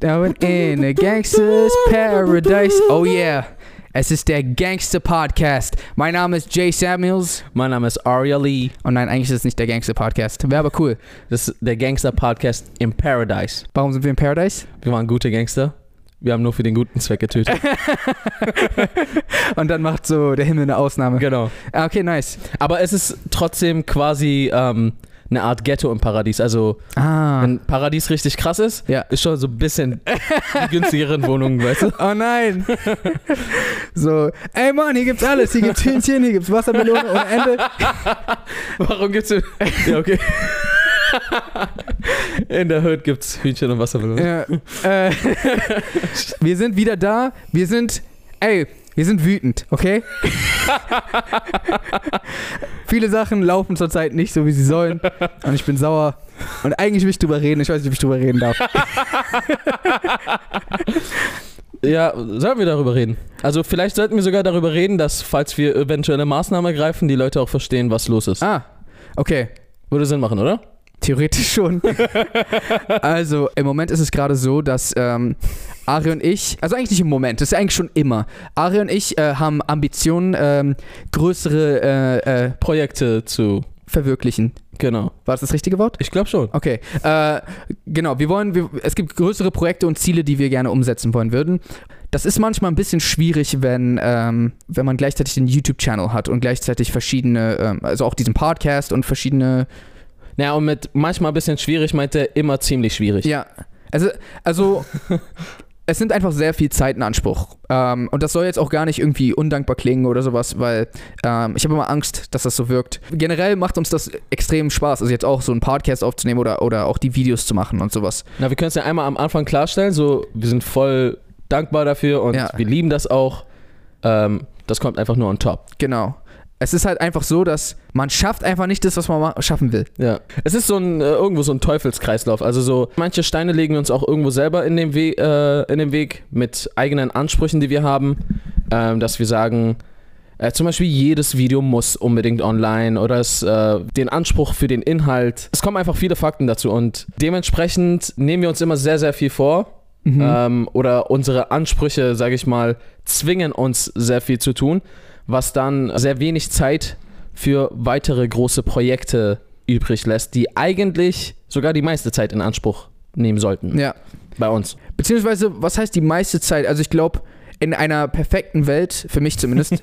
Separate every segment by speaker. Speaker 1: Down in a Gangsters Paradise. Oh yeah. Es ist der Gangster Podcast. Mein Name ist Jay Samuels.
Speaker 2: Mein Name ist Aria Lee.
Speaker 1: Oh nein, eigentlich ist es nicht der Gangster Podcast. Wäre aber cool.
Speaker 2: Das ist der Gangster-Podcast im Paradise.
Speaker 1: Warum sind wir in Paradise?
Speaker 2: Wir waren gute Gangster. Wir haben nur für den guten Zweck getötet.
Speaker 1: Und dann macht so der Himmel eine Ausnahme.
Speaker 2: genau.
Speaker 1: Ah, Okay, nice.
Speaker 2: Aber es ist trotzdem quasi ähm, eine Art Ghetto im Paradies. Also,
Speaker 1: Ah.
Speaker 2: wenn Paradies richtig krass ist,
Speaker 1: Ja.
Speaker 2: ist schon so ein bisschen die günstigeren Wohnungen, weißt du?
Speaker 1: Oh nein. so, ey Mann, hier gibt's alles. Hier gibt's Hühnchen, hier gibt's Wassermelone ohne Ende.
Speaker 2: Warum gibt's. Ja, okay. In der Hood gibt's Hühnchen und Wassermelone.
Speaker 1: Ja, äh, wir sind wieder da. Wir sind, ey, wir sind wütend, okay? Viele Sachen laufen zurzeit nicht so, wie sie sollen. Und ich bin sauer. Und eigentlich will ich drüber reden. Ich weiß nicht, ob ich drüber reden darf.
Speaker 2: Ja, sollen wir darüber reden? Also, vielleicht sollten wir sogar darüber reden, dass, falls wir eventuelle Maßnahmen ergreifen, die Leute auch verstehen, was los ist.
Speaker 1: Ah, okay.
Speaker 2: Würde Sinn machen, oder?
Speaker 1: Theoretisch schon. also, im Moment ist es gerade so, dass ähm, Ari und ich, also eigentlich nicht im Moment, das ist eigentlich schon immer. Ari und ich äh, haben Ambitionen, ähm, größere äh, äh,
Speaker 2: Projekte zu.
Speaker 1: verwirklichen.
Speaker 2: Genau.
Speaker 1: War das das richtige Wort?
Speaker 2: Ich glaube schon.
Speaker 1: Okay, äh, genau, wir wollen, wir, es gibt größere Projekte und Ziele, die wir gerne umsetzen wollen würden. Das ist manchmal ein bisschen schwierig, wenn, ähm, wenn man gleichzeitig den YouTube-Channel hat und gleichzeitig verschiedene, ähm, also auch diesen Podcast und verschiedene,
Speaker 2: Naja, und mit manchmal ein bisschen schwierig meint er immer ziemlich schwierig.
Speaker 1: ja, also, also es nimmt einfach sehr viel Zeit in Anspruch. Ähm, und das soll jetzt auch gar nicht irgendwie undankbar klingen oder sowas, weil ähm, ich habe immer Angst, dass das so wirkt. Generell macht uns das extrem Spaß, also jetzt auch so einen Podcast aufzunehmen oder, oder auch die Videos zu machen und sowas.
Speaker 2: Na, wir können es ja einmal am Anfang klarstellen, so, wir sind voll dankbar dafür und
Speaker 1: Ja.
Speaker 2: wir lieben das auch. Ähm, das kommt einfach nur on top.
Speaker 1: Genau. Es ist halt einfach so, dass man schafft einfach nicht das, was man ma- schaffen will.
Speaker 2: Ja. Es ist so ein, äh, irgendwo so ein Teufelskreislauf. Also so, manche Steine legen wir uns auch irgendwo selber in den, We äh, in den Weg mit eigenen Ansprüchen, die wir haben, ähm, dass wir sagen, äh, zum Beispiel jedes Video muss unbedingt online oder es, äh, den Anspruch für den Inhalt. Es kommen einfach viele Fakten dazu und dementsprechend nehmen wir uns immer sehr, sehr viel vor. ähm, oder unsere Ansprüche, sage ich mal, zwingen uns sehr viel zu tun, was dann sehr wenig Zeit für weitere große Projekte übrig lässt, die eigentlich sogar die meiste Zeit in Anspruch nehmen sollten
Speaker 1: Ja.
Speaker 2: bei uns.
Speaker 1: Beziehungsweise, was heißt die meiste Zeit? Also ich glaube, in einer perfekten Welt, für mich zumindest,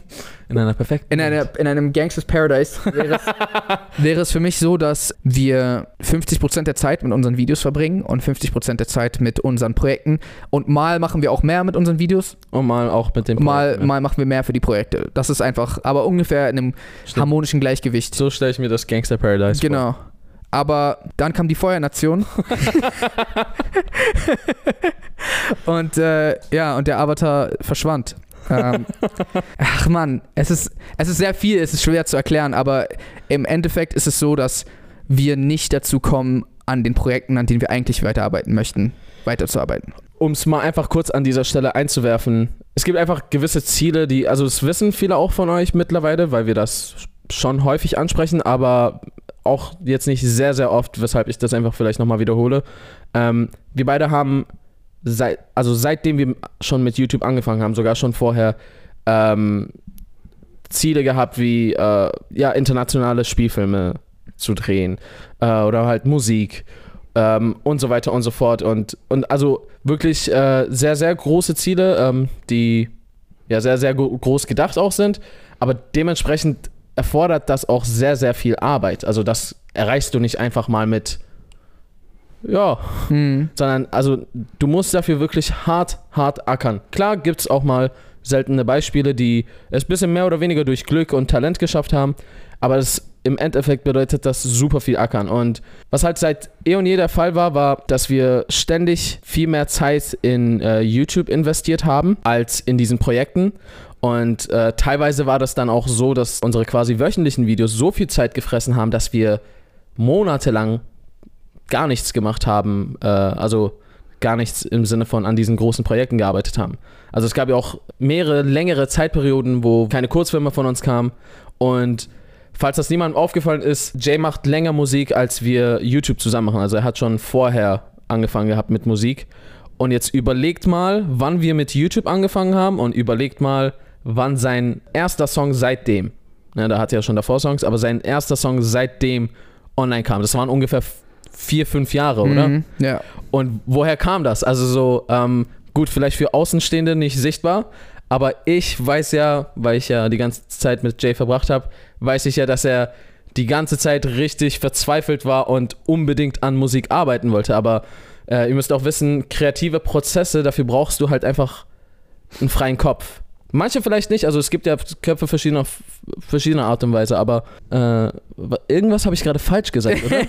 Speaker 2: In einer perfekten.
Speaker 1: in, einer, in einem Gangsters Paradise wäre es, wäre es für mich so, dass wir 50% der Zeit mit unseren Videos verbringen und 50% der Zeit mit unseren Projekten. Und mal machen wir auch mehr mit unseren Videos,
Speaker 2: Und mal auch mit dem.
Speaker 1: mal,
Speaker 2: Projekt, ne?
Speaker 1: mal machen wir mehr für die Projekte. Das ist einfach, aber ungefähr in einem
Speaker 2: Stimmt.
Speaker 1: harmonischen Gleichgewicht.
Speaker 2: So stelle ich mir das Gangster Paradise vor.
Speaker 1: Genau. Aber dann kam die Feuernation. und äh, ja, und der Avatar verschwand. Ähm, ach man, es ist, es ist sehr viel, es ist schwer zu erklären, aber im Endeffekt ist es so, dass wir nicht dazu kommen, an den Projekten, an denen wir eigentlich weiterarbeiten möchten, weiterzuarbeiten.
Speaker 2: um es mal einfach kurz an dieser Stelle einzuwerfen. Es gibt einfach gewisse Ziele, die, also das wissen viele auch von euch mittlerweile, weil wir das schon häufig ansprechen, aber auch jetzt nicht sehr, sehr oft, weshalb ich das einfach vielleicht nochmal wiederhole. Ähm, wir beide haben, seit, also seitdem wir schon mit YouTube angefangen haben, sogar schon vorher, ähm, Ziele gehabt, wie äh, ja, internationale Spielfilme zu drehen äh, oder halt Musik ähm, und so weiter und so fort. Und, und also wirklich äh, sehr, sehr große Ziele, ähm, die ja sehr, sehr gro- groß gedacht auch sind, aber dementsprechend erfordert das auch sehr, sehr viel Arbeit. Also das erreichst du nicht einfach mal mit, ja,
Speaker 1: Hm.
Speaker 2: sondern also du musst dafür wirklich hart, hart ackern. Klar gibt es auch mal seltene Beispiele, die es ein bisschen mehr oder weniger durch Glück und Talent geschafft haben, aber das, im Endeffekt bedeutet das super viel ackern. Und was halt seit eh und je der Fall war, war, dass wir ständig viel mehr Zeit in äh, YouTube investiert haben als in diesen Projekten. Und äh, teilweise war das dann auch so, dass unsere quasi wöchentlichen Videos so viel Zeit gefressen haben, dass wir monatelang gar nichts gemacht haben, äh, also gar nichts im Sinne von an diesen großen Projekten gearbeitet haben. Also es gab ja auch mehrere längere Zeitperioden, wo keine Kurzfilme von uns kamen und falls das niemandem aufgefallen ist, Jay macht länger Musik, als wir YouTube zusammen machen. Also er hat schon vorher angefangen gehabt mit Musik. Und jetzt überlegt mal, wann wir mit YouTube angefangen haben und überlegt mal, wann sein erster Song seitdem, ne, da hat er ja schon davor Songs, aber sein erster Song seitdem online kam. Das waren ungefähr vier, fünf Jahre, oder?
Speaker 1: Mhm. Ja.
Speaker 2: Und woher kam das? Also so, ähm, gut, vielleicht für Außenstehende nicht sichtbar, aber ich weiß ja, weil ich ja die ganze Zeit mit Jay verbracht habe, weiß ich ja, dass er die ganze Zeit richtig verzweifelt war und unbedingt an Musik arbeiten wollte. Aber äh, ihr müsst auch wissen, kreative Prozesse, dafür brauchst du halt einfach einen freien Kopf. Manche vielleicht nicht, also es gibt ja Köpfe verschiedener, verschiedener Art und Weise, aber äh, irgendwas habe ich gerade falsch gesagt, oder?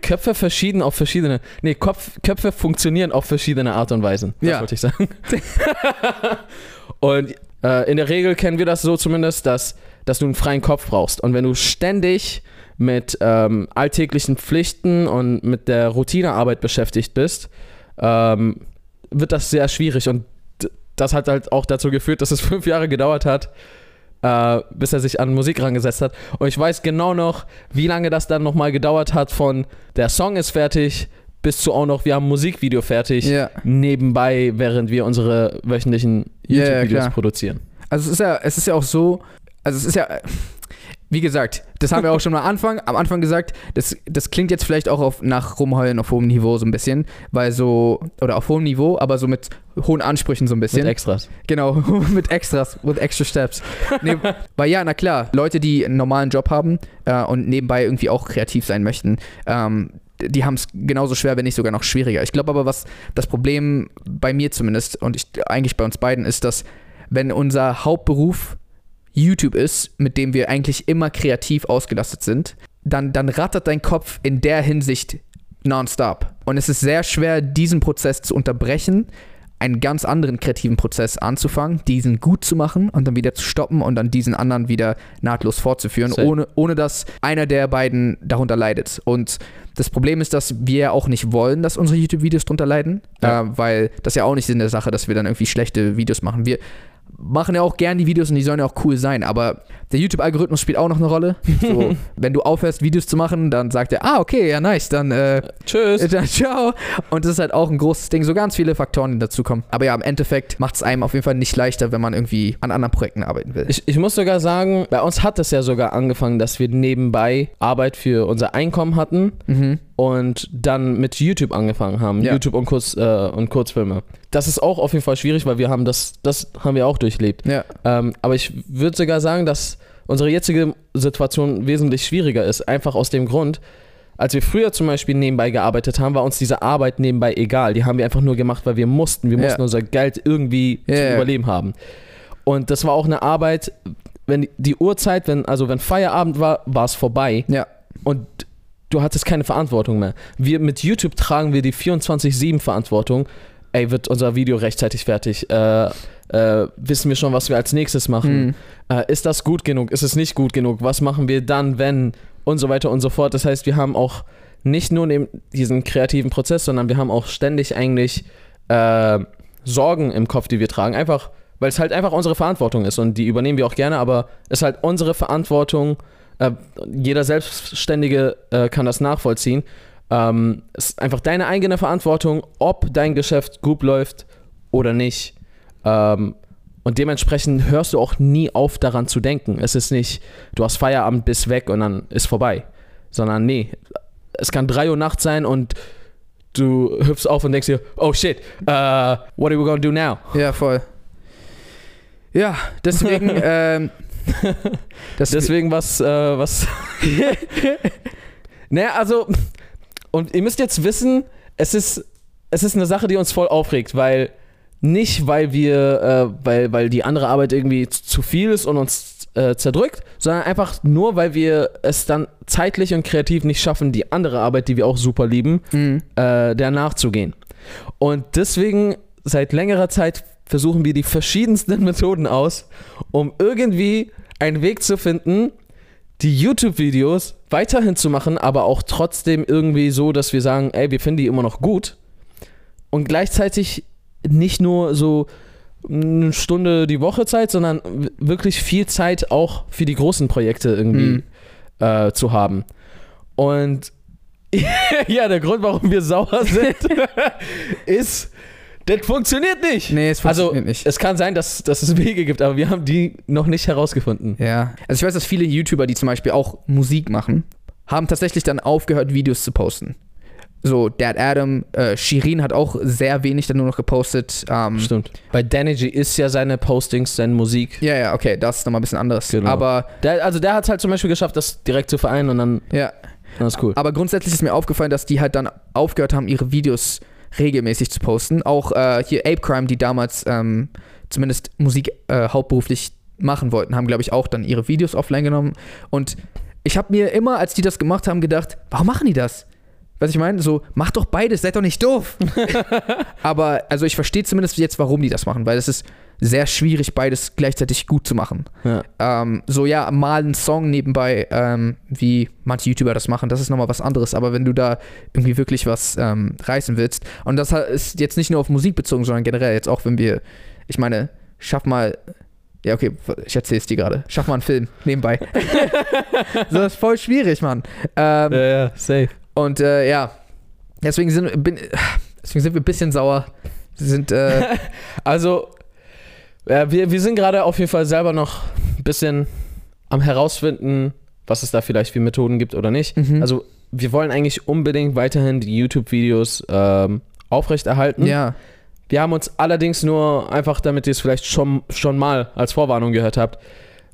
Speaker 2: Köpfe verschieden auf verschiedene. Nee, Kopf, Köpfe funktionieren auf verschiedene Art und Weisen. Das
Speaker 1: Ja.
Speaker 2: wollte ich sagen. und äh, in der Regel kennen wir das so zumindest, dass, dass du einen freien Kopf brauchst. Und wenn du ständig mit ähm, alltäglichen Pflichten und mit der Routinearbeit beschäftigt bist, ähm, wird das sehr schwierig. Und d- das hat halt auch dazu geführt, dass es fünf Jahre gedauert hat, äh, bis er sich an Musik rangesetzt hat. Und ich weiß genau noch, wie lange das dann nochmal gedauert hat von der Song ist fertig bis zu auch noch, wir haben ein Musikvideo fertig.
Speaker 1: ja.
Speaker 2: Nebenbei, während wir unsere wöchentlichen
Speaker 1: Ja, ja,
Speaker 2: YouTube-Videos
Speaker 1: klar.
Speaker 2: produzieren.
Speaker 1: Also es ist ja, es ist ja auch so, also es ist ja, wie gesagt, das haben wir auch schon am Anfang, am Anfang gesagt, das, das klingt jetzt vielleicht auch auf, nach Rumheulen auf hohem Niveau so ein bisschen, weil so, oder auf hohem Niveau, aber so mit hohen Ansprüchen so ein
Speaker 2: Mit
Speaker 1: bisschen.
Speaker 2: Extras.
Speaker 1: genau, mit Extras, with extra steps. Nee, weil ja, na klar, Leute, die einen normalen Job haben äh, und nebenbei irgendwie auch kreativ sein möchten, ähm, die haben es genauso schwer, wenn nicht sogar noch schwieriger. Ich glaube aber, was das Problem bei mir zumindest und ich, eigentlich bei uns beiden ist, dass wenn unser Hauptberuf YouTube ist, mit dem wir eigentlich immer kreativ ausgelastet sind, dann, dann rattert dein Kopf in der Hinsicht nonstop. Und es ist sehr schwer, diesen Prozess zu unterbrechen, einen ganz anderen kreativen Prozess anzufangen, diesen gut zu machen und dann wieder zu stoppen und dann diesen anderen wieder nahtlos fortzuführen,
Speaker 2: Same.
Speaker 1: ohne, ohne dass einer der beiden darunter leidet. Und das Problem ist, dass wir auch nicht wollen, dass unsere YouTube-Videos darunter leiden,
Speaker 2: Ja.
Speaker 1: äh, weil das ja auch nicht Sinn der Sache, dass wir dann irgendwie schlechte Videos machen. Wir machen ja auch gern die Videos und die sollen ja auch cool sein, aber der YouTube-Algorithmus spielt auch noch eine Rolle. So, wenn du aufhörst, Videos zu machen, dann sagt er, ah, okay, ja, nice, dann, äh,
Speaker 2: Tschüss.
Speaker 1: dann ciao. Und das ist halt auch ein großes Ding, so ganz viele Faktoren, die dazukommen. Aber ja, im Endeffekt macht es einem auf jeden Fall nicht leichter, wenn man irgendwie an anderen Projekten arbeiten will.
Speaker 2: Ich, ich muss sogar sagen, bei uns hat es ja sogar angefangen, dass wir nebenbei Arbeit für unser Einkommen hatten
Speaker 1: Mhm.
Speaker 2: und dann mit YouTube angefangen haben.
Speaker 1: Ja.
Speaker 2: YouTube und, Kurz, äh, und Kurzfilme. Das ist auch auf jeden Fall schwierig, weil wir haben das, das haben wir auch durchlebt.
Speaker 1: Ja,
Speaker 2: Ähm, aber ich würde sogar sagen, dass unsere jetzige Situation wesentlich schwieriger ist. Einfach aus dem Grund, als wir früher zum Beispiel nebenbei gearbeitet haben, war uns diese Arbeit nebenbei egal. Die haben wir einfach nur gemacht, weil wir mussten. Wir
Speaker 1: Ja.
Speaker 2: mussten unser Geld irgendwie
Speaker 1: Ja,
Speaker 2: zum
Speaker 1: ja.
Speaker 2: Überleben haben. Und das war auch eine Arbeit, wenn die- die Uhrzeit, wenn, also wenn Feierabend war, war es vorbei.
Speaker 1: Ja.
Speaker 2: Und du hattest keine Verantwortung mehr. Wir mit YouTube tragen wir die 24-7-Verantwortung. Ey, wird unser Video rechtzeitig fertig? Äh, äh, wissen wir schon, was wir als nächstes machen?
Speaker 1: mhm.
Speaker 2: Äh, ist das gut genug? Ist es nicht gut genug? Was machen wir dann, wenn? Und so weiter und so fort. Das heißt, wir haben auch nicht nur neben diesen kreativen Prozess, sondern wir haben auch ständig eigentlich äh, Sorgen im Kopf, die wir tragen. Einfach, weil es halt einfach unsere Verantwortung ist und die übernehmen wir auch gerne, aber es ist halt unsere Verantwortung. Äh, jeder Selbstständige äh, kann das nachvollziehen. Ähm, es ist einfach deine eigene Verantwortung, ob dein Geschäft gut läuft oder nicht. Ähm, und dementsprechend hörst du auch nie auf, daran zu denken. Es ist nicht, du hast Feierabend, bist weg und dann ist vorbei. Sondern nee, es kann 3 Uhr nachts sein und du hüpfst auf und denkst dir, oh shit, uh, what are we gonna do now?
Speaker 1: ja voll. Ja, deswegen, ähm, das,
Speaker 2: Deswegen was, äh, was. naja, also, und ihr müsst jetzt wissen, es ist, es ist eine Sache, die uns voll aufregt, weil nicht, weil wir, äh, weil, weil die andere Arbeit irgendwie z- zu viel ist und uns äh, zerdrückt, sondern einfach nur, weil wir es dann zeitlich und kreativ nicht schaffen, die andere Arbeit, die wir auch super lieben,
Speaker 1: Mhm.
Speaker 2: äh, der nachzugehen. Und deswegen seit längerer Zeit versuchen wir die verschiedensten Methoden aus, um irgendwie einen Weg zu finden, die YouTube-Videos weiterhin zu machen, aber auch trotzdem irgendwie so, dass wir sagen, ey, wir finden die immer noch gut und gleichzeitig nicht nur so eine Stunde die Woche Zeit, sondern w- wirklich viel Zeit auch für die großen Projekte irgendwie
Speaker 1: Mhm.
Speaker 2: äh, zu haben. Und ja, der Grund, warum wir sauer sind, ist, das funktioniert nicht.
Speaker 1: Nee, es
Speaker 2: Also,
Speaker 1: funktioniert nicht.
Speaker 2: es kann sein, dass, dass es Wege gibt, aber wir haben die noch nicht herausgefunden.
Speaker 1: Ja. Also ich weiß, dass viele YouTuber, die zum Beispiel auch Musik machen, haben tatsächlich dann aufgehört, Videos zu posten. So, Dad Adam, äh, Shirin hat auch sehr wenig dann nur noch gepostet. Ähm,
Speaker 2: Stimmt. Bei Danergy ist ja seine Postings, seine Musik.
Speaker 1: ja, ja, okay, das ist nochmal ein bisschen anders.
Speaker 2: Genau.
Speaker 1: Aber,
Speaker 2: Der, also, der hat es halt zum Beispiel geschafft, das direkt zu vereinen und dann,
Speaker 1: ja,
Speaker 2: dann ist cool.
Speaker 1: aber grundsätzlich ist mir aufgefallen, dass die halt dann aufgehört haben, ihre Videos regelmäßig zu posten. Auch äh, hier Ape Crime, die damals ähm, zumindest Musik äh, hauptberuflich machen wollten, haben, glaube ich, auch dann ihre Videos offline genommen. Und ich habe mir immer, als die das gemacht haben, gedacht, warum machen die das? Was ich meine, so, macht doch beides, seid doch nicht doof. Aber also ich verstehe zumindest jetzt, warum die das machen, weil es ist sehr schwierig, beides gleichzeitig gut zu machen.
Speaker 2: Ja.
Speaker 1: Ähm, so ja, mal einen Song nebenbei, ähm, wie manche YouTuber das machen, das ist nochmal was anderes. Aber wenn du da irgendwie wirklich was ähm, reißen willst, und das ha- ist jetzt nicht nur auf Musik bezogen, sondern generell jetzt auch, wenn wir, ich meine, schaff mal, ja okay, ich erzähl's dir gerade, schaff mal einen Film nebenbei. so, das ist voll schwierig, Mann. Ähm,
Speaker 2: Ja, ja, safe.
Speaker 1: und äh, ja, deswegen sind, bin, deswegen sind wir ein bisschen sauer. Sind, äh,
Speaker 2: Also, ja, wir, wir sind gerade auf jeden Fall selber noch ein bisschen am herausfinden, was es da vielleicht für Methoden gibt oder nicht.
Speaker 1: mhm.
Speaker 2: Also, wir wollen eigentlich unbedingt weiterhin die YouTube-Videos ähm, aufrechterhalten.
Speaker 1: ja,
Speaker 2: Wir haben uns allerdings nur einfach, damit ihr es vielleicht schon, schon mal als Vorwarnung gehört habt,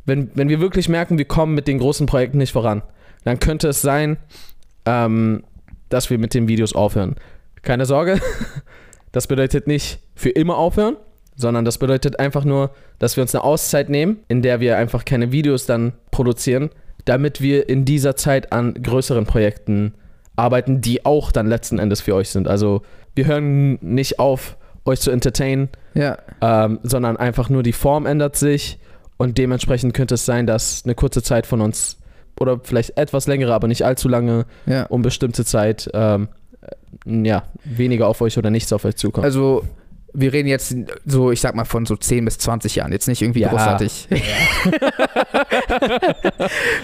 Speaker 2: wenn, wenn wir wirklich merken, wir kommen mit den großen Projekten nicht voran, dann könnte es sein, ähm, dass wir mit den Videos aufhören. Keine Sorge, das bedeutet nicht für immer aufhören, sondern das bedeutet einfach nur, dass wir uns eine Auszeit nehmen, in der wir einfach keine Videos dann produzieren, damit wir in dieser Zeit an größeren Projekten arbeiten, die auch dann letzten Endes für euch sind. Also wir hören nicht auf, euch zu entertainen,
Speaker 1: ja,
Speaker 2: ähm, sondern einfach nur die Form ändert sich und dementsprechend könnte es sein, dass eine kurze Zeit von uns oder vielleicht etwas längere, aber nicht allzu lange,
Speaker 1: ja.
Speaker 2: um bestimmte Zeit, ähm, äh, ja, weniger auf euch oder nichts auf euch zukommt.
Speaker 1: Also, wir reden jetzt so, ich sag mal, von so 10 bis 20 Jahren. Jetzt nicht irgendwie
Speaker 2: Ja.
Speaker 1: großartig.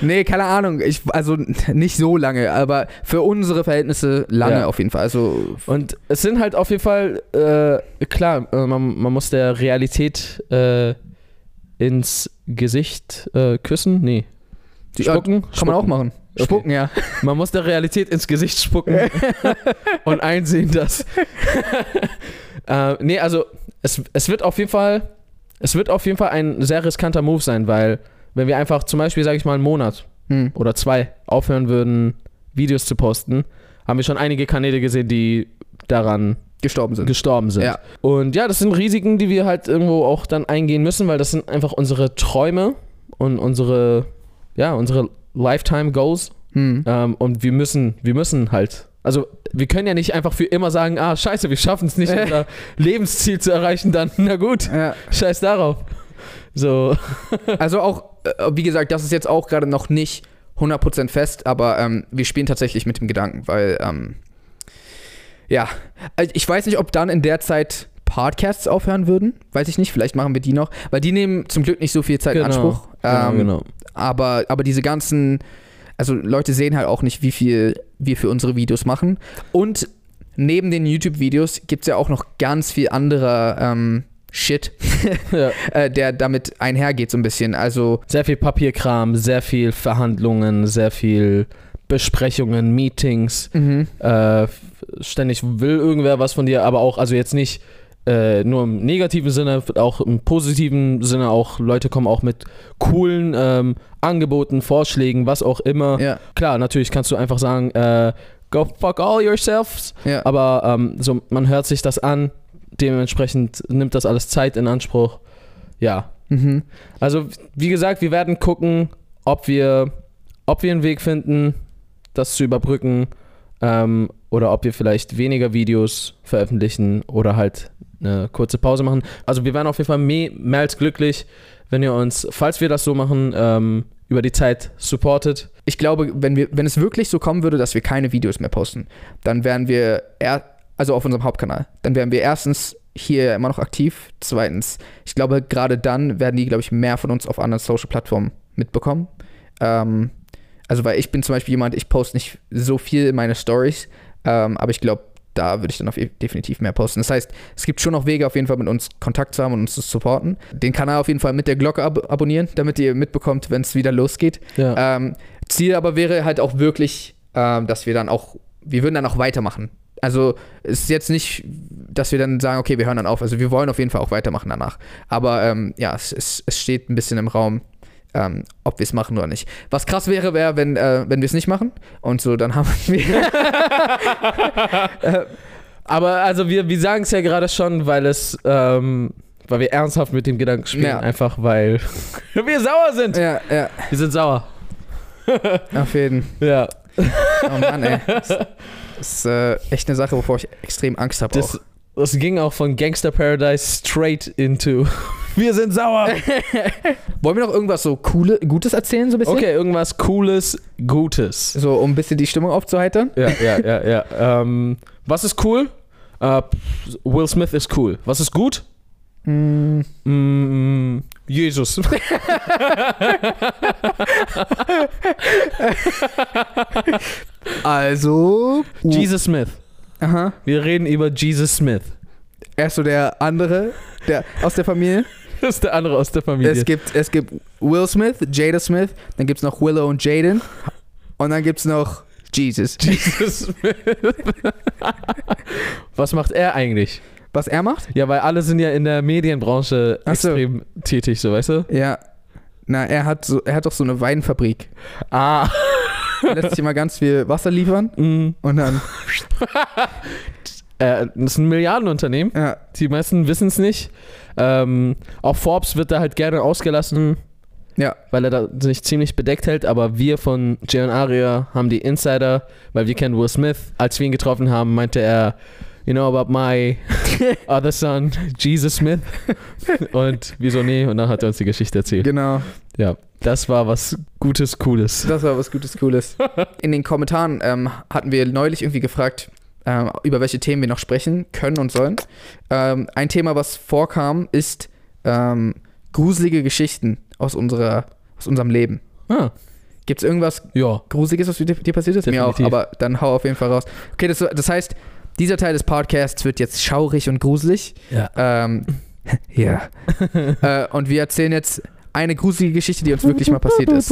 Speaker 1: nee, keine Ahnung. Ich, also, nicht so lange, aber für unsere Verhältnisse lange
Speaker 2: Ja.
Speaker 1: auf jeden Fall. Also,
Speaker 2: Und es sind halt auf jeden Fall, äh, klar, äh, man, man muss der Realität äh, ins Gesicht äh, küssen. Nee.
Speaker 1: Ja,
Speaker 2: Spucken?
Speaker 1: kann man auch machen.
Speaker 2: Okay.
Speaker 1: Spucken, ja.
Speaker 2: machen. Man muss der Realität ins Gesicht spucken und einsehen, dass. äh, nee, also es, es wird auf jeden Fall, es wird auf jeden Fall ein sehr riskanter Move sein, weil wenn wir einfach zum Beispiel, sage ich mal, einen Monat
Speaker 1: Hm.
Speaker 2: oder zwei aufhören würden, Videos zu posten, haben wir schon einige Kanäle gesehen, die daran
Speaker 1: Gestorben sind.
Speaker 2: gestorben sind.
Speaker 1: Ja.
Speaker 2: Und ja, das sind Risiken, die wir halt irgendwo auch dann eingehen müssen, weil das sind einfach unsere Träume und unsere, ja, unsere Lifetime Goals.
Speaker 1: Hm.
Speaker 2: Ähm, und wir müssen, wir müssen halt. Also wir können ja nicht einfach für immer sagen, ah, scheiße, wir schaffen es nicht,
Speaker 1: Äh.
Speaker 2: unser Lebensziel zu erreichen, dann, na gut,
Speaker 1: Ja.
Speaker 2: scheiß darauf. So,
Speaker 1: Also auch, äh, wie gesagt, das ist jetzt auch gerade noch nicht 100% fest, aber ähm, wir spielen tatsächlich mit dem Gedanken, weil, ähm, ja, Also ich weiß nicht, ob dann in der Zeit Podcasts aufhören würden, weiß ich nicht, vielleicht machen wir die noch, weil die nehmen zum Glück nicht so viel Zeit in
Speaker 2: Genau.
Speaker 1: Anspruch. Ähm, Aber, aber diese ganzen, also Leute sehen halt auch nicht, wie viel wir für unsere Videos machen. Und neben den YouTube-Videos gibt es ja auch noch ganz viel anderer ähm, Shit,
Speaker 2: Ja.
Speaker 1: äh, der damit einhergeht so ein bisschen. Also
Speaker 2: Sehr viel Papierkram, sehr viel Verhandlungen, sehr viel Besprechungen, Meetings.
Speaker 1: Mhm.
Speaker 2: äh, f- ständig will irgendwer was von dir, aber auch, also jetzt nicht äh, nur im negativen Sinne, auch im positiven Sinne, auch Leute kommen auch mit coolen ähm, Angeboten, Vorschlägen, was auch immer.
Speaker 1: Ja,
Speaker 2: Klar, natürlich kannst du einfach sagen, äh, go fuck all yourselves,
Speaker 1: ja.
Speaker 2: aber ähm, so, man hört sich das an, dementsprechend nimmt das alles Zeit in Anspruch. Ja,
Speaker 1: Mhm.
Speaker 2: also, wie gesagt, wir werden gucken, ob wir, ob wir einen Weg finden, das zu überbrücken. Ähm, oder ob wir vielleicht weniger Videos veröffentlichen oder halt eine kurze Pause machen. Also wir wären auf jeden Fall me mehr als glücklich, wenn ihr uns, falls wir das so machen, ähm, über die Zeit supportet.
Speaker 1: Ich glaube, wenn, wir, wenn es wirklich so kommen würde, dass wir keine Videos mehr posten, dann wären wir, er, also auf unserem Hauptkanal, dann wären wir erstens hier immer noch aktiv. Zweitens, ich glaube, gerade dann werden die, glaube ich, mehr von uns auf anderen Social-Plattformen mitbekommen. Ähm, also weil ich bin zum Beispiel jemand, ich poste nicht so viel in meine Stories, ähm, aber ich glaube, da würde ich dann auf e- definitiv mehr posten. Das heißt, es gibt schon noch Wege, auf jeden Fall mit uns Kontakt zu haben und uns zu supporten. Den Kanal auf jeden Fall mit der Glocke ab abonnieren, damit ihr mitbekommt, wenn es wieder losgeht.
Speaker 2: Ja.
Speaker 1: Ähm, Ziel aber wäre halt auch wirklich, ähm, dass wir dann auch, wir würden dann auch weitermachen. Also es ist jetzt nicht, dass wir dann sagen, okay, wir hören dann auf. Also wir wollen auf jeden Fall auch weitermachen danach. Aber ähm, ja, es, es, es steht ein bisschen im Raum, ähm, ob wir es machen oder nicht. Was krass wäre, wäre, wenn, äh, wenn wir es nicht machen. Und so, dann haben wir.
Speaker 2: Aber also wir, wir sagen es ja gerade schon, weil es, ähm, weil wir ernsthaft mit dem Gedanken spielen,
Speaker 1: Ja.
Speaker 2: einfach weil wir sauer sind.
Speaker 1: ja, ja,
Speaker 2: Wir sind sauer.
Speaker 1: auf jeden Fall.
Speaker 2: Ja.
Speaker 1: Oh Mann, ey. Das ist äh, echt eine Sache, wovor ich extrem Angst habe.
Speaker 2: Das, das ging auch von Gangster Paradise straight into. Wir sind sauer.
Speaker 1: Wollen wir noch irgendwas so coole, Gutes erzählen, so ein bisschen?
Speaker 2: Okay, irgendwas Cooles, Gutes.
Speaker 1: So, um ein bisschen die Stimmung aufzuheitern.
Speaker 2: Ja, ja, ja, ja. Ähm, was ist cool? Äh, Will Smith ist cool. Was ist gut?
Speaker 1: Mm,
Speaker 2: Mm, Jesus.
Speaker 1: Also.
Speaker 2: Jesus Smith.
Speaker 1: Aha.
Speaker 2: Wir reden über Jesus Smith.
Speaker 1: Er ist so der andere der, aus der Familie.
Speaker 2: Das ist der andere aus der Familie.
Speaker 1: Es gibt, es gibt Will Smith, Jada Smith, dann gibt es noch Willow und Jaden. Und dann gibt es noch Jesus.
Speaker 2: Jesus Smith. Was macht er eigentlich?
Speaker 1: Was er macht?
Speaker 2: Ja, weil alle sind ja in der Medienbranche
Speaker 1: Ach so.
Speaker 2: extrem tätig, so weißt du?
Speaker 1: Ja. Na, er hat, so, er hat doch so eine Weinfabrik.
Speaker 2: Ah.
Speaker 1: Er lässt sich immer ganz viel Wasser liefern
Speaker 2: Mm,
Speaker 1: und dann.
Speaker 2: äh, das ist ein Milliardenunternehmen.
Speaker 1: Ja,
Speaker 2: Die meisten wissen es nicht. Ähm, auch Forbes wird da halt gerne ausgelassen.
Speaker 1: Ja.
Speaker 2: Weil er da sich ziemlich bedeckt hält. Aber wir von Jay und Aria haben die Insider, weil wir kennen Will Smith. Als wir ihn getroffen haben, meinte er, you know about my other son, Jesus Smith. Und wieso nee? Und dann hat er uns die Geschichte erzählt.
Speaker 1: genau.
Speaker 2: Ja, das war was Gutes, Cooles.
Speaker 1: Das war was Gutes, Cooles. In den Kommentaren ähm, hatten wir neulich irgendwie gefragt, ähm, über welche Themen wir noch sprechen können und sollen. Ähm, ein Thema, was vorkam, ist ähm, gruselige Geschichten aus, unserer, aus unserem Leben.
Speaker 2: Ah,
Speaker 1: Gibt es irgendwas
Speaker 2: ja.
Speaker 1: Gruseliges, was dir, dir passiert ist? Mir auch,
Speaker 2: Definitiv.
Speaker 1: aber dann hau auf jeden Fall raus. Okay, das, das heißt, dieser Teil des Podcasts wird jetzt schaurig und gruselig.
Speaker 2: Ja.
Speaker 1: Ähm, ja. äh, und wir erzählen jetzt eine gruselige Geschichte, die uns wirklich mal passiert ist.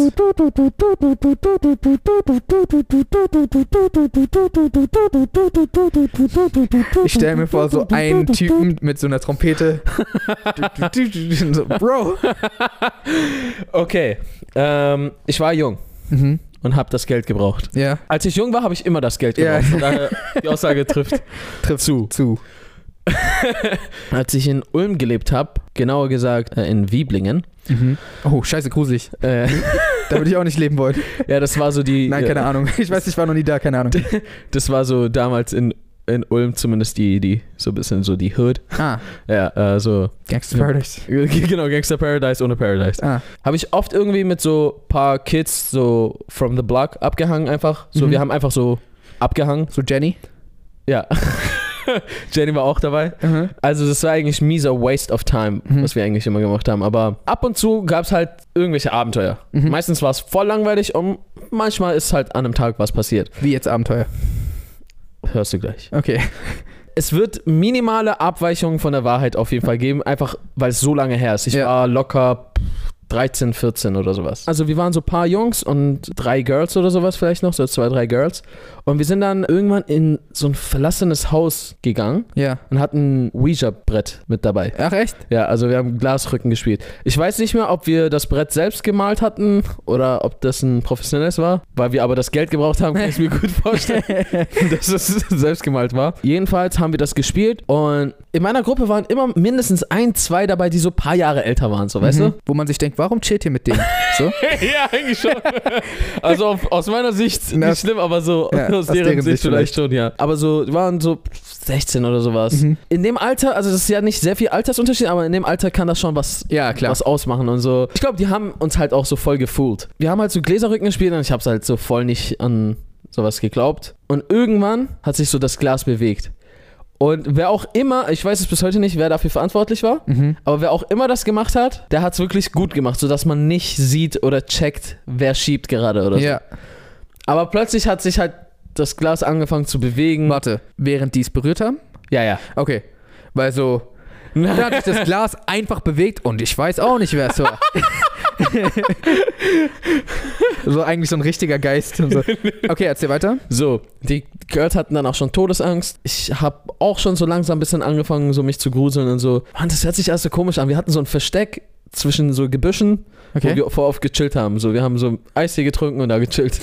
Speaker 1: Ich stelle mir vor, so einen Typen mit so einer Trompete. Und so, Bro.
Speaker 2: Okay, ähm, ich war jung
Speaker 1: Mhm.
Speaker 2: und habe das Geld gebraucht.
Speaker 1: Ja,
Speaker 2: Als ich jung war, habe ich immer das Geld
Speaker 1: Ja.
Speaker 2: gebraucht. Von daher, die Aussage trifft,
Speaker 1: Trifft.
Speaker 2: zu.
Speaker 1: zu.
Speaker 2: Als ich in Ulm gelebt habe, genauer gesagt äh, in Wieblingen.
Speaker 1: Oh, scheiße, gruselig.
Speaker 2: Äh,
Speaker 1: Da würde ich auch nicht leben wollen.
Speaker 2: ja, das war so die.
Speaker 1: Nein, keine Ahnung. Ich weiß, ich war noch nie da, keine Ahnung.
Speaker 2: Das war so damals in, in Ulm zumindest die, die, so ein bisschen so die Hood.
Speaker 1: Ah,
Speaker 2: Ja, äh, so.
Speaker 1: Gangster Paradise.
Speaker 2: Genau, Gangster Paradise ohne Paradise.
Speaker 1: Ah,
Speaker 2: Habe ich oft irgendwie mit so paar Kids so from the block abgehangen einfach. So,
Speaker 1: Mhm.
Speaker 2: wir haben einfach so abgehangen.
Speaker 1: so Jenny.
Speaker 2: Ja. Jenny war auch dabei.
Speaker 1: Mhm.
Speaker 2: Also das war eigentlich mieser Waste of Time,
Speaker 1: Mhm.
Speaker 2: was wir eigentlich immer gemacht haben. Aber ab und zu gab es halt irgendwelche Abenteuer.
Speaker 1: Mhm.
Speaker 2: Meistens war es voll langweilig und manchmal ist halt an einem Tag was passiert.
Speaker 1: Wie jetzt Abenteuer.
Speaker 2: Hörst du gleich.
Speaker 1: Okay.
Speaker 2: Es wird minimale Abweichungen von der Wahrheit auf jeden Fall geben, einfach weil es so lange her ist. Ich
Speaker 1: Ja.
Speaker 2: war locker pff, 13, 14 oder sowas. Also wir waren so ein paar Jungs und drei Girls oder sowas vielleicht noch, so zwei, drei Girls. Und wir sind dann irgendwann in so ein verlassenes Haus gegangen
Speaker 1: Ja.
Speaker 2: und hatten ein Ouija-Brett mit dabei.
Speaker 1: Ach echt?
Speaker 2: Ja, also wir haben Glasrücken gespielt. Ich weiß nicht mehr, ob wir das Brett selbst gemalt hatten oder ob das ein professionelles war. Weil wir aber das Geld gebraucht haben, kann ich mir gut vorstellen, dass es selbst gemalt war. Jedenfalls haben wir das gespielt und in meiner Gruppe waren immer mindestens ein, zwei dabei, die so ein paar Jahre älter waren, so weißt
Speaker 1: Mhm.
Speaker 2: du?
Speaker 1: Wo man sich denkt, warum chillt ihr mit dem? So?
Speaker 2: ja, eigentlich schon. Also auf, aus meiner Sicht
Speaker 1: Na,
Speaker 2: nicht schlimm, aber so
Speaker 1: ja,
Speaker 2: aus deren, Sicht, vielleicht schon, ja. Aber so die waren so 16 oder sowas.
Speaker 1: Mhm.
Speaker 2: In dem Alter, also das ist ja nicht sehr viel Altersunterschied, aber in dem Alter kann das schon was
Speaker 1: Ja, klar.
Speaker 2: was ausmachen und so. Ich glaube, die haben uns halt auch so voll gefoolt. Wir haben halt so Gläserrücken gespielt und ich habe halt so voll nicht an sowas geglaubt. Und irgendwann hat sich so das Glas bewegt. Und wer auch immer, ich weiß es bis heute nicht, wer dafür verantwortlich war,
Speaker 1: Mhm.
Speaker 2: aber wer auch immer das gemacht hat, der hat es wirklich gut gemacht, sodass man nicht sieht oder checkt, wer schiebt gerade oder so.
Speaker 1: Ja,
Speaker 2: Aber plötzlich hat sich halt das Glas angefangen zu bewegen.
Speaker 1: Mhm. warte. Während die es berührt haben?
Speaker 2: Ja, ja.
Speaker 1: Okay. Weil so, da hat sich das Glas einfach bewegt und ich weiß auch nicht, wer es war. so eigentlich so ein richtiger Geist. Und so. Okay, erzähl weiter.
Speaker 2: So, die Girls hatten dann auch schon Todesangst. Ich habe auch schon so langsam ein bisschen angefangen, so mich zu gruseln und so. Mann, das hört sich alles so komisch an. Wir hatten so ein Versteck zwischen so Gebüschen, wo wir vorauf gechillt haben. So, wir haben so Eistee getrunken und da gechillt.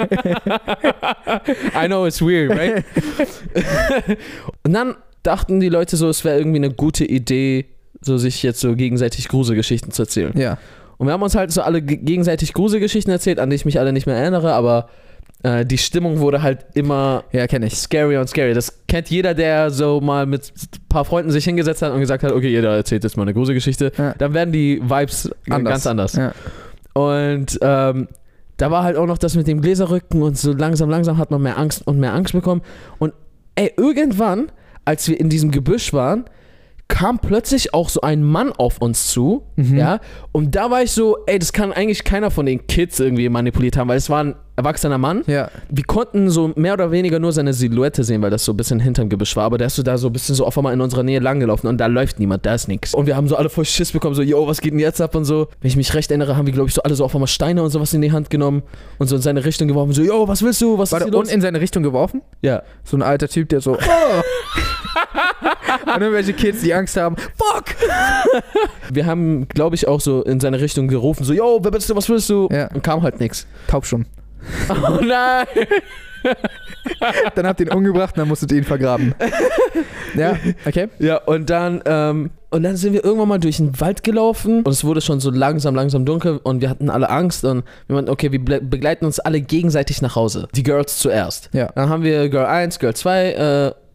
Speaker 2: I know it's weird, right? und dann dachten die Leute so, es wäre irgendwie eine gute Idee, so sich jetzt so gegenseitig Gruselgeschichten zu erzählen.
Speaker 1: Ja.
Speaker 2: Und wir haben uns halt so alle ge- gegenseitig Gruselgeschichten erzählt, an die ich mich alle nicht mehr erinnere, aber äh, die Stimmung wurde halt immer
Speaker 1: Ja, kenne ich.
Speaker 2: scarier und scarier. Das kennt jeder, der so mal mit ein paar Freunden sich hingesetzt hat und gesagt hat, okay, jeder erzählt jetzt mal eine Gruselgeschichte.
Speaker 1: Ja.
Speaker 2: Dann werden die Vibes
Speaker 1: Anders.
Speaker 2: ganz anders.
Speaker 1: Ja.
Speaker 2: Und ähm, da war halt auch noch das mit dem Gläserrücken und so langsam, langsam hat man mehr Angst und mehr Angst bekommen. Und ey, irgendwann, als wir in diesem Gebüsch waren, kam plötzlich auch so ein Mann auf uns zu, ja. Und da war ich so, ey, das kann eigentlich keiner von den Kids irgendwie manipuliert haben, weil es war ein erwachsener Mann.
Speaker 1: Ja.
Speaker 2: Wir konnten so mehr oder weniger nur seine Silhouette sehen, weil das so ein bisschen hinterm Gebüsch war. Aber der ist so da so ein bisschen so auf einmal in unserer Nähe langgelaufen und da läuft niemand, da ist nichts. Und wir haben so alle voll Schiss bekommen, so, yo, was geht denn jetzt ab und so. Wenn ich mich recht erinnere, haben wir, glaube ich, so alle so auf einmal Steine und sowas in die Hand genommen und so in seine Richtung geworfen, so, yo, was willst du, was
Speaker 1: Warte,
Speaker 2: ist hier
Speaker 1: und
Speaker 2: los?
Speaker 1: in seine Richtung geworfen?
Speaker 2: Ja.
Speaker 1: So ein alter Typ, der so. Oh. und irgendwelche Kids, die Angst haben. Fuck!
Speaker 2: Wir haben, glaube ich, auch so in seine Richtung gerufen, so, yo, wer bist du, was willst du?
Speaker 1: Ja.
Speaker 2: Und kam halt nichts.
Speaker 1: Taubstumm.
Speaker 2: Oh nein!
Speaker 1: Dann habt ihr ihn umgebracht und dann musstet ihr ihn vergraben. Ja, okay.
Speaker 2: Ja, und dann, ähm, und dann sind wir irgendwann mal durch den Wald gelaufen und es wurde schon so langsam, langsam dunkel und wir hatten alle Angst und wir meinten, okay, wir ble- begleiten uns alle gegenseitig nach Hause. Die Girls zuerst.
Speaker 1: Ja.
Speaker 2: Dann haben wir Girl 1, Girl 2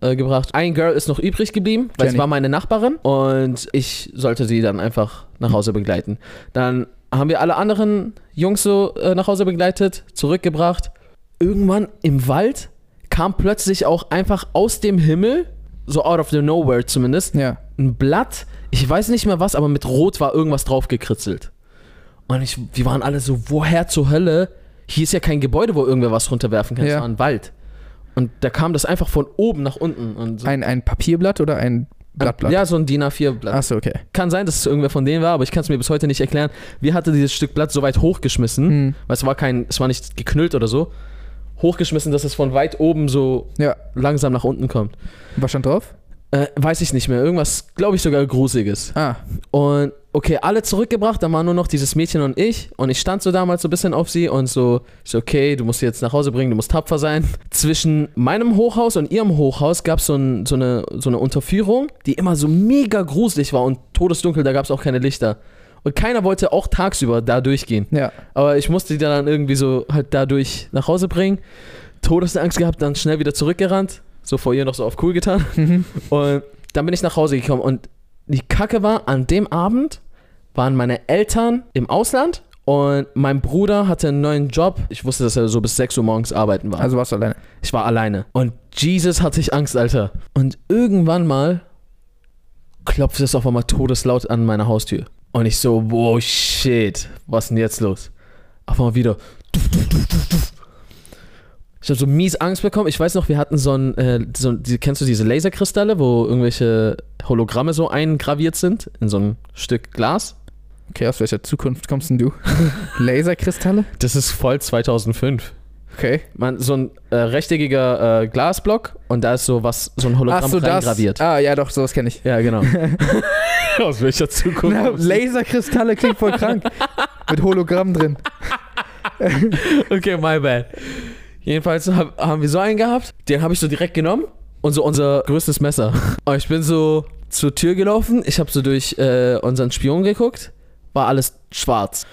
Speaker 2: äh, äh, gebracht. Ein Girl ist noch übrig geblieben, weil es
Speaker 1: Jenny.
Speaker 2: war meine Nachbarin und ich sollte sie dann einfach nach Hause begleiten. Dann haben wir alle anderen Jungs so äh, nach Hause begleitet, zurückgebracht. Irgendwann im Wald kam plötzlich auch einfach aus dem Himmel, so out of the nowhere zumindest,
Speaker 1: Ja.
Speaker 2: ein Blatt, ich weiß nicht mehr was, aber mit Rot war irgendwas drauf gekritzelt. Und ich, wir waren alle so, woher zur Hölle? Hier ist ja kein Gebäude, wo irgendwer was runterwerfen kann. Es
Speaker 1: Ja.
Speaker 2: war ein Wald. Und da kam das einfach von oben nach unten. Und so.
Speaker 1: Ein, ein Papierblatt oder ein Blattblatt?
Speaker 2: Ja, so ein DIN A4-Blatt.
Speaker 1: Achso, okay.
Speaker 2: Kann sein, dass es irgendwer von denen war, aber ich kann es mir bis heute nicht erklären. Wir hatten dieses Stück Blatt so weit hochgeschmissen,
Speaker 1: Hm.
Speaker 2: weil es war kein, es war nicht geknüllt oder so. Hochgeschmissen, dass es von weit oben so
Speaker 1: Ja.
Speaker 2: langsam nach unten kommt.
Speaker 1: Was stand drauf?
Speaker 2: Äh, weiß ich nicht mehr. Irgendwas, glaube ich, sogar Gruseliges.
Speaker 1: Ah,
Speaker 2: Und okay, alle zurückgebracht, dann war nur noch dieses Mädchen und ich. Und ich stand so damals so ein bisschen auf sie und so, ich so, okay, du musst sie jetzt nach Hause bringen, du musst tapfer sein. Zwischen meinem Hochhaus und ihrem Hochhaus gab so ein, so, eine, so eine Unterführung, die immer so mega gruselig war und todesdunkel, da gab es auch keine Lichter. Und keiner wollte auch tagsüber da durchgehen.
Speaker 1: ja.
Speaker 2: Aber ich musste die dann irgendwie so halt dadurch nach Hause bringen. Todesangst gehabt, dann schnell wieder zurückgerannt. So vor ihr noch so auf cool getan. Und dann bin ich nach Hause gekommen. Und die Kacke war, an dem Abend waren meine Eltern im Ausland und mein Bruder hatte einen neuen Job. Ich wusste, dass er so bis 6 Uhr morgens arbeiten war.
Speaker 1: Also warst du alleine.
Speaker 2: Ich war alleine. Und Jesus hatte ich Angst, Alter. Und irgendwann mal klopft es auf einmal todeslaut an meiner Haustür. Und ich so, wow, shit, was ist denn jetzt los? Auf einmal wieder. Ich habe so mies Angst bekommen. Ich weiß noch, wir hatten so ein, äh, so, ein- die, kennst du diese Laserkristalle, wo irgendwelche Hologramme so eingraviert sind in so ein Stück Glas?
Speaker 1: Okay, aus welcher Zukunft kommst denn du? Laserkristalle?
Speaker 2: Das ist voll 2005.
Speaker 1: Okay.
Speaker 2: Man, so ein äh, rechteckiger äh, Glasblock und da ist so was, so ein Hologramm
Speaker 1: Achso, das.
Speaker 2: reingraviert.
Speaker 1: Ah, ja, doch, sowas kenne ich.
Speaker 2: Ja, genau. Aus welcher Zukunft?
Speaker 1: Na, Laserkristalle klingt voll krank. Mit Hologramm drin.
Speaker 2: okay, my bad. Jedenfalls hab, haben wir so einen gehabt, den habe ich so direkt genommen und so unser größtes Messer. Und ich bin so zur Tür gelaufen, ich habe so durch äh, unseren Spion geguckt, war alles schwarz.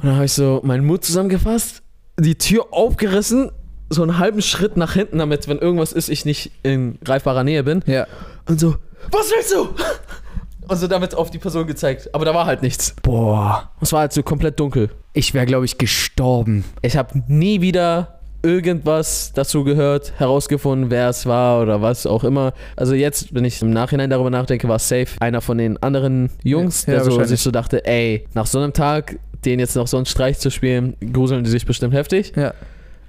Speaker 2: Und dann habe ich so meinen Mut zusammengefasst, die Tür aufgerissen, so einen halben Schritt nach hinten, damit, wenn irgendwas ist, ich nicht in greifbarer Nähe bin.
Speaker 1: Ja.
Speaker 2: Und so, was willst du? Und so damit auf die Person gezeigt. Aber da war halt nichts.
Speaker 1: Boah.
Speaker 2: Es war halt so komplett dunkel.
Speaker 1: Ich wäre, glaube ich, gestorben.
Speaker 2: Ich habe nie wieder irgendwas dazu gehört, herausgefunden, wer es war oder was auch immer. Also jetzt, wenn ich im Nachhinein darüber nachdenke, war es safe einer von den anderen Jungs,
Speaker 1: Ja, ja,
Speaker 2: der so
Speaker 1: wahrscheinlich.
Speaker 2: sich so dachte, ey, nach so einem Tag, den jetzt noch so einen Streich zu spielen, gruseln die sich bestimmt heftig.
Speaker 1: Ja.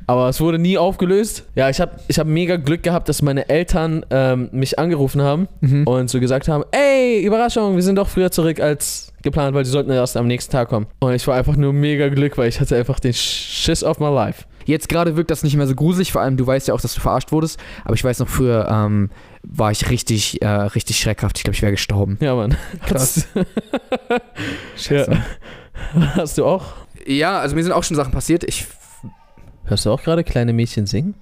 Speaker 2: Aber es wurde nie aufgelöst. Ja, ich habe ich hab mega Glück gehabt, dass meine Eltern ähm, mich angerufen haben
Speaker 1: Mhm.
Speaker 2: und so gesagt haben, ey, Überraschung, wir sind doch früher zurück als geplant, weil sie sollten erst am nächsten Tag kommen. Und ich war einfach nur mega Glück, weil ich hatte einfach den Schiss of my life.
Speaker 1: Jetzt gerade wirkt das nicht mehr so gruselig, vor allem du weißt ja auch, dass du verarscht wurdest. Aber ich weiß noch, früher ähm, war ich richtig, äh, richtig schreckhaft. Ich glaube, ich wäre gestorben.
Speaker 2: Ja, Mann.
Speaker 1: Krass.
Speaker 2: Scheiße. Hast du auch?
Speaker 1: Ja, also mir sind auch schon Sachen passiert. Ich
Speaker 2: Hörst du auch gerade kleine Mädchen singen?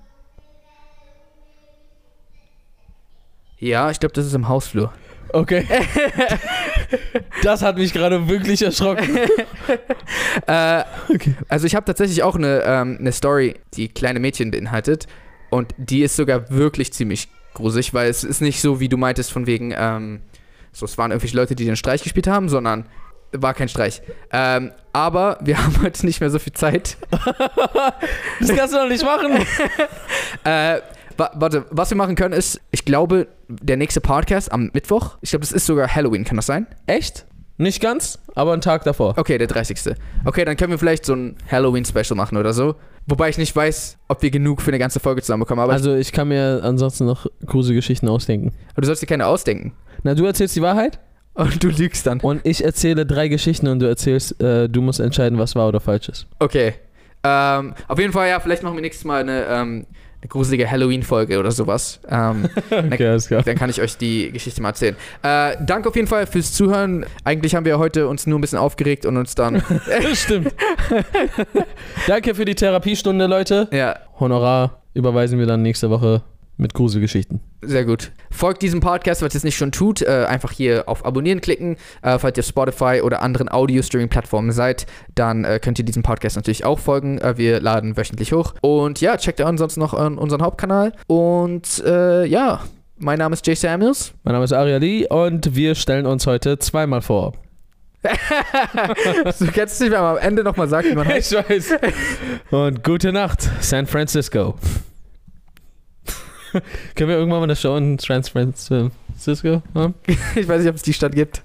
Speaker 1: ja, ich glaube, das ist im Hausflur.
Speaker 2: Okay. das hat mich gerade wirklich erschrocken.
Speaker 1: Äh, Also ich habe tatsächlich auch eine, ähm, eine Story, die kleine Mädchen beinhaltet. Und die ist sogar wirklich ziemlich gruselig, weil es ist nicht so, wie du meintest, von wegen, ähm, so es waren irgendwelche Leute, die den Streich gespielt haben, sondern war kein Streich. Ähm, aber wir haben heute nicht mehr so viel Zeit.
Speaker 2: Das kannst du doch nicht machen.
Speaker 1: Äh, wa warte, was wir machen können ist, ich glaube, der nächste Podcast am Mittwoch, ich glaube, das ist sogar Halloween, kann das sein?
Speaker 2: Echt? Nicht ganz, aber einen Tag davor.
Speaker 1: Okay, der 30. Okay, dann können wir vielleicht so ein Halloween-Special machen oder so. Wobei ich nicht weiß, ob wir genug für eine ganze Folge zusammenbekommen, aber
Speaker 2: also ich kann mir ansonsten noch gruselige Geschichten ausdenken.
Speaker 1: du sollst dir keine ausdenken.
Speaker 2: Na, du erzählst die Wahrheit
Speaker 1: Und du lügst dann.
Speaker 2: und ich erzähle drei Geschichten und du erzählst, äh, du musst entscheiden, was wahr oder falsch ist.
Speaker 1: Okay. Ähm, auf jeden Fall, ja, vielleicht machen wir nächstes Mal eine, ähm, eine gruselige Halloween-Folge oder sowas. Ähm, Okay,
Speaker 2: alles klar.
Speaker 1: dann kann ich euch die Geschichte mal erzählen. Äh, danke auf jeden Fall fürs Zuhören. Eigentlich haben wir heute uns nur ein bisschen aufgeregt und uns dann.
Speaker 2: Stimmt. Danke für die Therapiestunde, Leute.
Speaker 1: ja,
Speaker 2: Honorar überweisen wir dann nächste Woche mit Gruselgeschichten.
Speaker 1: Sehr gut. Folgt diesem Podcast, falls ihr es nicht schon tut. Äh, einfach hier auf Abonnieren klicken. Äh, falls ihr auf Spotify oder anderen Audio-Streaming-Plattformen seid, dann äh, könnt ihr diesem Podcast natürlich auch folgen. Äh, wir laden wöchentlich hoch. Und ja, checkt ansonsten noch äh, unseren Hauptkanal. Und äh, ja, mein Name ist Jay Samuels.
Speaker 2: Mein Name ist Aria Lee und wir stellen uns heute zweimal vor.
Speaker 1: du kennst nicht, wenn man am Ende nochmal sagt, wie man heißt.
Speaker 2: weiß. Und gute Nacht, San Francisco. Können wir irgendwann mal eine Show in San Francisco haben?
Speaker 1: Ich weiß nicht, ob es die Stadt gibt.